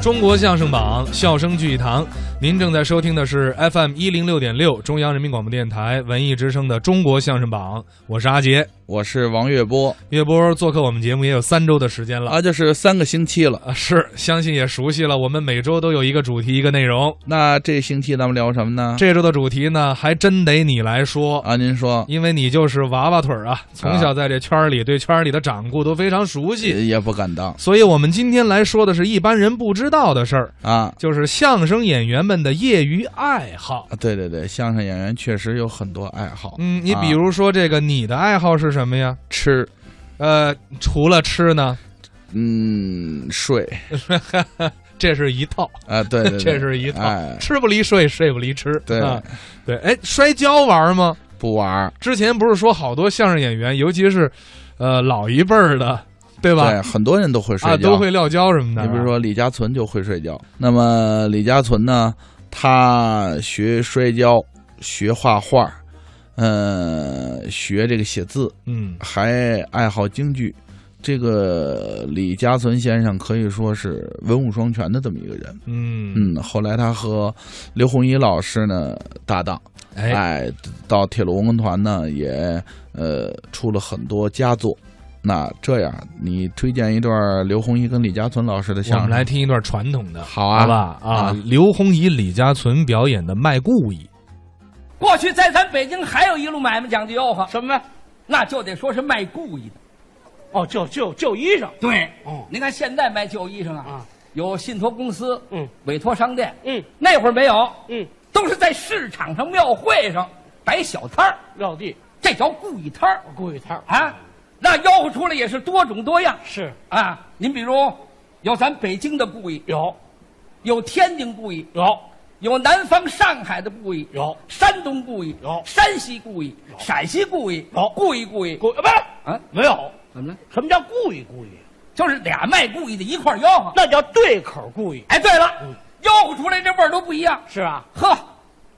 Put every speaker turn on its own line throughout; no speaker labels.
中国相声榜，笑声聚一堂。您正在收听的是 FM 一零六点六，中央人民广播电台文艺之声的《中国相声榜》，我是阿杰。
我是王月波
岳波做客我们节目也有三周的时间了
啊，就是三个星期了。
啊，是相信也熟悉了。我们每周都有一个主题，一个内容。
那这星期咱们聊什么呢？
这周的主题呢，还真得你来说，
啊，您说
因为你就是娃娃腿儿啊，从小在这圈儿里对圈儿里的掌故都非常熟悉。
也也不敢当
所以，我们今天来说的是一般人不知道的事儿，
啊。
就是相声演员们的业余爱好。
啊对对对，相声演员确实有很多爱好。
嗯，你
啊
比如说这个，你的爱好是什么呀？
吃，
呃，除了吃呢，
嗯，睡
这是一套，
啊，对 对对，
这是一套，
哎，
吃不离睡，睡不离吃。
对
啊、对，哎，摔跤玩吗？
不玩儿，
之前不是说好多相声演员，尤其是，呃，老一辈儿的，对吧？
对，很多人都会睡
啊，
觉。
都会撂跤什么的。啊
你比如
是吧，
说李嘉存就会睡觉。那么李嘉存呢，他学摔跤，学画画，呃，学这个写字，
嗯，
还爱好京剧。这个李嘉存先生可以说是文武双全的这么一个人。
嗯，
嗯，后来他和刘洪一老师呢搭档，
哎，
哎，到铁路文工团呢也呃出了很多佳作。那这样，你推荐一段刘洪一跟李嘉存老师的
我
相
们
声？
来听一段传统的，
好
好
啊，
吧？啊
啊，
刘洪以李家存表演的卖故意，
过去在咱北京还有一路买卖讲究吆喝，
什么？
那就得说是卖故意的。
哦，就就就衣裳。
对，
哦
您看现在卖旧衣裳啊，
啊
有信托公司，
嗯，
委托商店，
嗯
那会儿没有，
嗯，
都是在市场上、庙会上摆小摊儿，
撂地
这叫故意摊儿
故意摊儿
啊。那吆喝出来也是多种多样
是
啊。您比如有咱北京的故意，
有
有天津故意，
有
有南方上海的故意，
有
山东故意，
有
山西故意，陕西故意，
有
故意故意，
故不是
啊，
没有？
怎么了？
什么叫故意故意？
就是俩卖故意的一块儿吆喝。
那叫对口故意。
哎，对
嗯
了，吆喝出来这味儿都不一样。
是啊，
呵，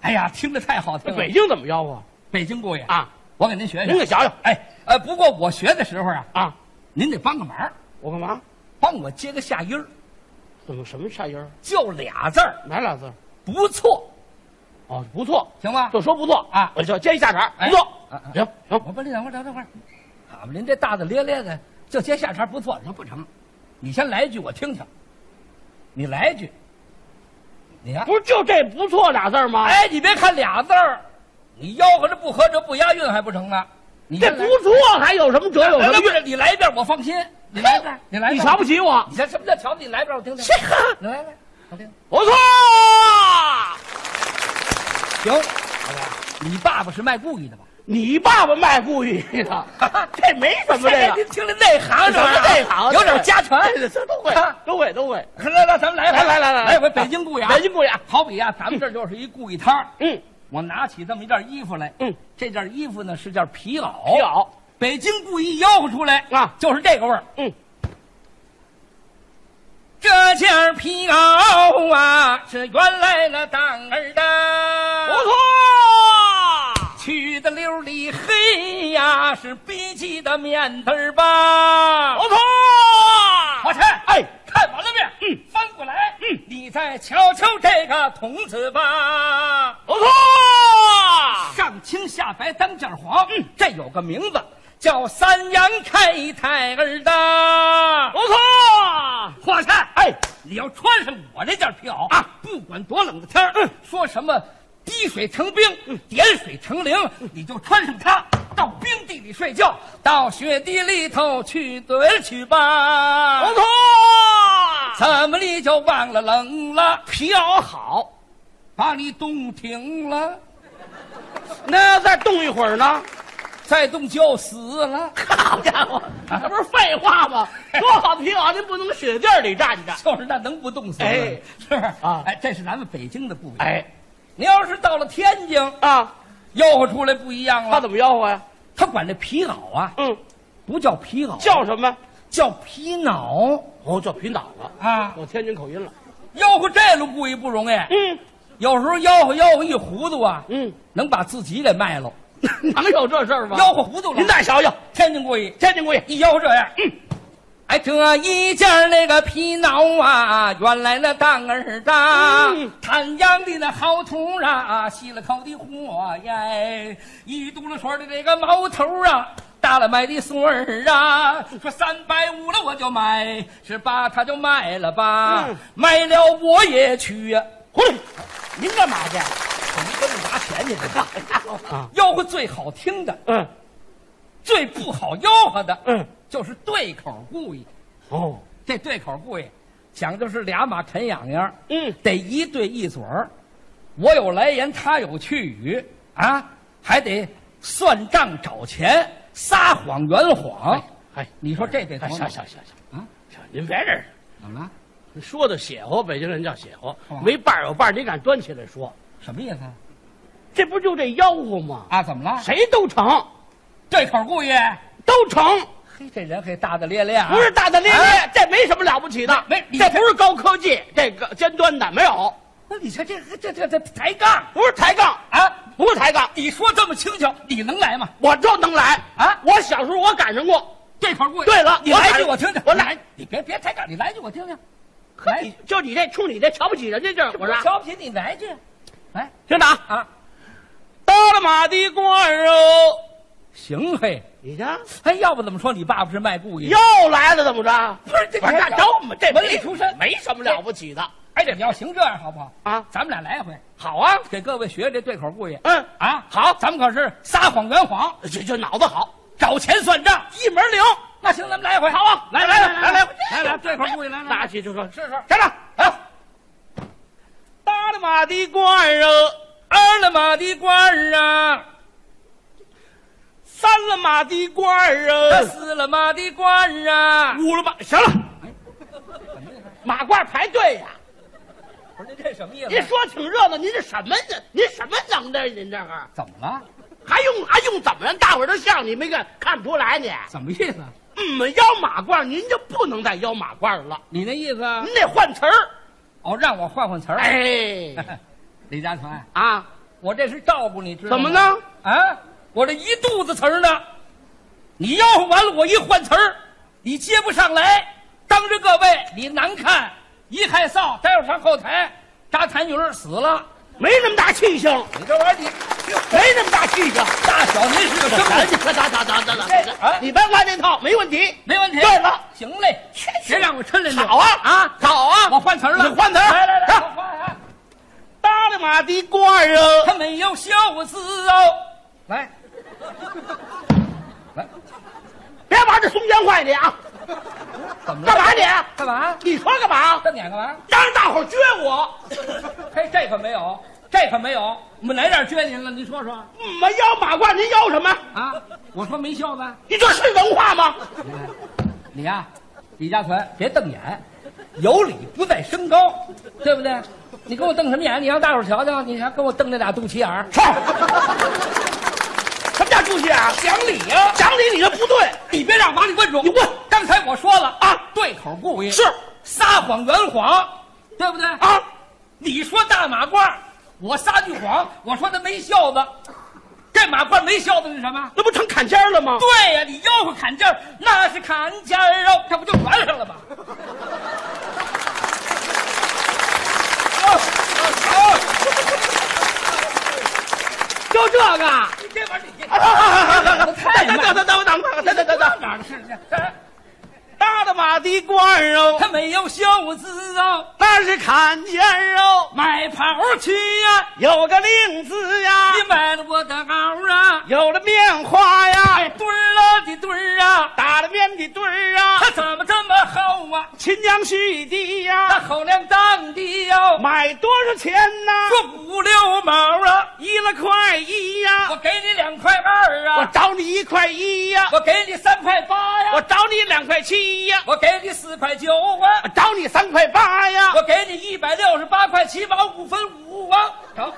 哎呀，听着太好听
那
了。
北京怎么吆喝
北京故意，
啊？
我给您学
您
学
给。想想
哎，呃，不过我学的时候啊，
啊，
您得帮个忙，
我干嘛？
帮我接个下音儿，
怎么什么下音儿？
就俩字儿，
哪俩字儿？
不错，
哦，不错，
行吗？
就说不错
啊
我就接一下茬儿，
哎
不错
啊啊。
行行，
我不是等会儿，等会儿，好嘛，您这大大咧咧的，就接下茬不错，那不成。你先来一句，我听听。你来一句，你呀、
不是就这不错俩字儿吗？，
哎，你别看俩字儿，你吆喝着不合辙不押韵还不成呢？你
这
先
不
来
错还有什么辙？有什
哎
么
那不
用？
是你来一遍，我放心。你来一遍，你来一
你
遍。
瞧不 起我？
你瞧什么叫瞧不起？你来一遍，我听听。你来来，我听。
不错。
行，你爸爸是卖故意的吧？
你爸爸卖故意 的，这没什么这个
您。听听内行
什么内行
有点家传。
这这都会
啊，
都会，都会。
来来，咱们来
来来 来来
来回北京故意啊！
北京故意啊
好比啊，咱们这儿就是一故意摊儿。
嗯，
我拿起这么一件衣服来，
嗯，
这件衣服呢是件皮袄。
皮袄，
北京故意吆喝出来
啊
就是这个味儿。
嗯，
这件皮袄啊，是原来那当儿的，
不错，
取的溜里黑呀，是逼急的面子儿吧。
不错。
我去，
哎，
看完了没？嗯，翻过来，嗯，你再瞧瞧这个童子吧。
不错，
上青下白当件黄，嗯，这有个名字叫三阳开泰儿的。
不错。
花菜，哎，你要穿上我这件皮袄啊，不管多冷的天儿，
嗯
说什么滴水成冰，点水成灵，
嗯
你就穿上它，到冰地里睡觉，到雪地里头去蹲去吧。
不错，
怎么你就忘了冷了，
皮袄好，
把你冻停了，
那再冻一会儿呢？
再冻就死了。
好家伙， 这不是废话 吗？多好的皮袄，您不能雪地儿里站着。
就是那能不冻死吗？
哎
是不是
啊
哎，这是咱们北京的不一样。，
哎，
你要是到了天津，
啊，
吆喝出来不一样了。
他怎么吆喝呀？
他管这皮袄啊，
嗯，
不叫皮袄，
叫什么？
叫皮袄
哦，叫皮脑了。
啊！
我天津口音了。
吆喝这路故意不容易，哎
嗯
有时候吆喝吆喝一糊涂啊，
嗯，
能把自己给卖 了。
哪能有这事儿吗？
吆喝糊涂了，
您再瞧瞧，
天津故意，
天津故意
一吆喝这样，嗯，哎，这一件那个皮袄啊，原来那当儿大，
嗯
滩阳的那好土壤啊，吸了口的火呀，一嘟噜水的这个毛头啊。大了买的孙儿啊，说三百五了我就买，十八他就卖了吧，
嗯
卖了我也去呀、
回来，您干嘛去？啊
我没跟你拿钱去 的，吆喝最好听的，
嗯，
最不好吆喝的，
嗯，
就是对口故意。
哦，
这对口故意，讲究是俩马啃痒痒，
嗯，
得一对一嘴儿，我有来言，他有去语啊，还得算账找钱，撒谎圆谎。
哎，
你说这得多
哎
吗
行行行行
啊，
行，您别这儿，
怎么了？
你说的邪乎，北京人叫邪乎
干嘛，
没伴儿有伴儿，你敢端起来说，
什么意思啊
这不就这吆喝吗？
啊？怎么了？
谁都成，
对口故意？
都成，
嘿，这人还大大咧咧啊！
不是大大咧咧
哎，
这没什么了不起的，
没没你
这不是高科技，这个尖端的没有，
那你说这这这这抬杠
不是抬杠，
啊？
不是抬杠，
你说这么轻巧，你能来吗？
我就能来
啊
我小时候我赶上过，
对口故意。
对了
你来一句
我
我听听。
我来，
你别别抬杠，你来一句我听听。
呵
来，
你就你这冲你这瞧不起人家劲儿，我说啊，
哎瞧不起你来一句，来
听着啊，
啊，
到了马的官儿哦，
行嘿。
你家
哎，要不怎么说你爸爸是卖布艺？
又来了，怎么着？
不是这
不是
这
那找我们这
文理出身
没什么了不起的
哎，这你要行这样好不好？
啊。
咱们俩来一回，
好啊，
给各位学学这对口故意
嗯，
啊。
好
咱们可是撒谎圆谎，
这这脑子好，
找钱算账。
一门灵。
那行，咱们来一回，好啊！来
来
来
来
来
来
来来，
来来
对口故意来来，
拿起就说
试试。
站长，
啊，
大了马的官儿啊，
二了马的官儿啊，
三了马的官儿
那
啊，
四了马的官儿啊。
五了马，行了，嗯马褂排队呀、
不是您这什么意
您？说挺热闹，您这什么呢？您什么能耐？您这个
怎么了？
还用还用怎么让大伙儿都像你？没看看不出来你？
怎么意思？
嗯，腰马褂，您就不能再腰马褂了，
你那意思？啊
您得换词儿。
哦，让我换换词儿。
哎，
李家全，
啊，
我这是照顾你，知道
怎
吗
么呢？
啊，我这一肚子词儿呢，你吆喝完了，我一换词儿，你接不上来，当着各位你难看，一害臊，待会儿上后台扎痰盂儿死了，
没那么大气性，
你这玩意儿你
没那么大气性。
大小您是个生人，
你打打打打
啊
打！你别玩那套，没问题。
没问题。
对了，
行嘞，别让我抻着你。
好啊啊，好啊！
我换词儿了，
你换词儿
来来来，
啊
我换啊，
搭了马的官儿啊，
他没有袖子哦，来，来，
别玩这松江坏你啊！
怎么了
干？嘛你？
干嘛？
你说干嘛？
瞪眼干嘛？
让大伙儿撅我，
嘿，这可没有，这可没有，我们哪点撅您了？您说说
嗯没腰马褂，您腰什么？
啊！我说没袖子，
你这是文化吗？
你呀、李嘉存，别瞪眼，有理不在身高，对不对？你给我瞪什么眼？你让大伙儿瞧瞧，你还给我瞪那俩肚脐眼儿，
操！什么叫出息啊？
讲理呀、
讲理你这不对
你别让麻里观众，
你问
刚才我说了
啊，
对口故意
是
撒谎圆谎，对不对？啊，
啊！
你说大马褂，我撒句谎，我说他没袖子，这马褂没袖子是什么？
那不成坎肩儿了吗？
对呀、你吆喝砍价，那是砍价哦，这不就圆上了吗？哦
就这个。
你这玩意儿你
啊啊啊啊啊啊！
太慢了
等等等等等等等等等。
哪儿的事情？
大的马的官儿哦，
他没有袖子哦，
那是坎肩儿哦，
买袍去呀、
有个领子呀，
你买了我的袄啊，
有了面花
哎，
呀，
墩儿啊的墩儿啊，
打了面的堆儿啊
他，怎么这么厚啊？
秦江续
那
地呀，
口粮当的哟、
买多少钱呐？
说五六毛啊，
一了块一呀
我，给你两块二
我
啊，
找你一块一呀，
我给你三块八呀、
我找你两块七呀，
我给你四块九啊
我。找你三块八呀，
我给你一百六十八块七毛五分五啊！成。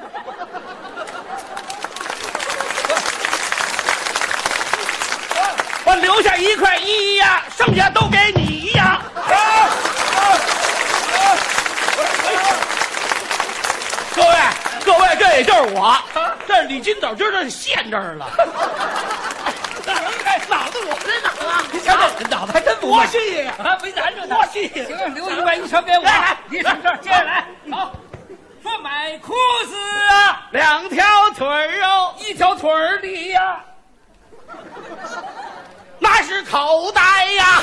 我留下一块一呀，剩下都给你呀。各位，各位，这也就是我，这是李金斗，今儿这现这儿了。哪子我们这哪儿啊？你
瞧这
脑袋还真
我
我信
信
呀！
啊，没难着呢。
我信
行了，刘一万一传给我
来来，
你什么事儿？接着来。好，说买裤子啊，
两条腿儿哦，
一条腿儿里呀，
那是口袋呀，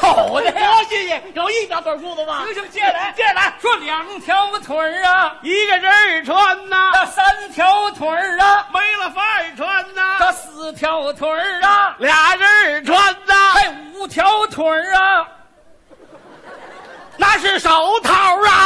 口袋呀
我信呀，有一条腿裤子吗
行？行，接着来。
接着啊来，
说两条腿儿啊，
一个人儿穿呐，
那三条腿儿啊，
没了法儿穿
那
呐，
四条腿儿啊，哎
俩人儿穿呐，
还五条腿儿啊，
那是手套啊。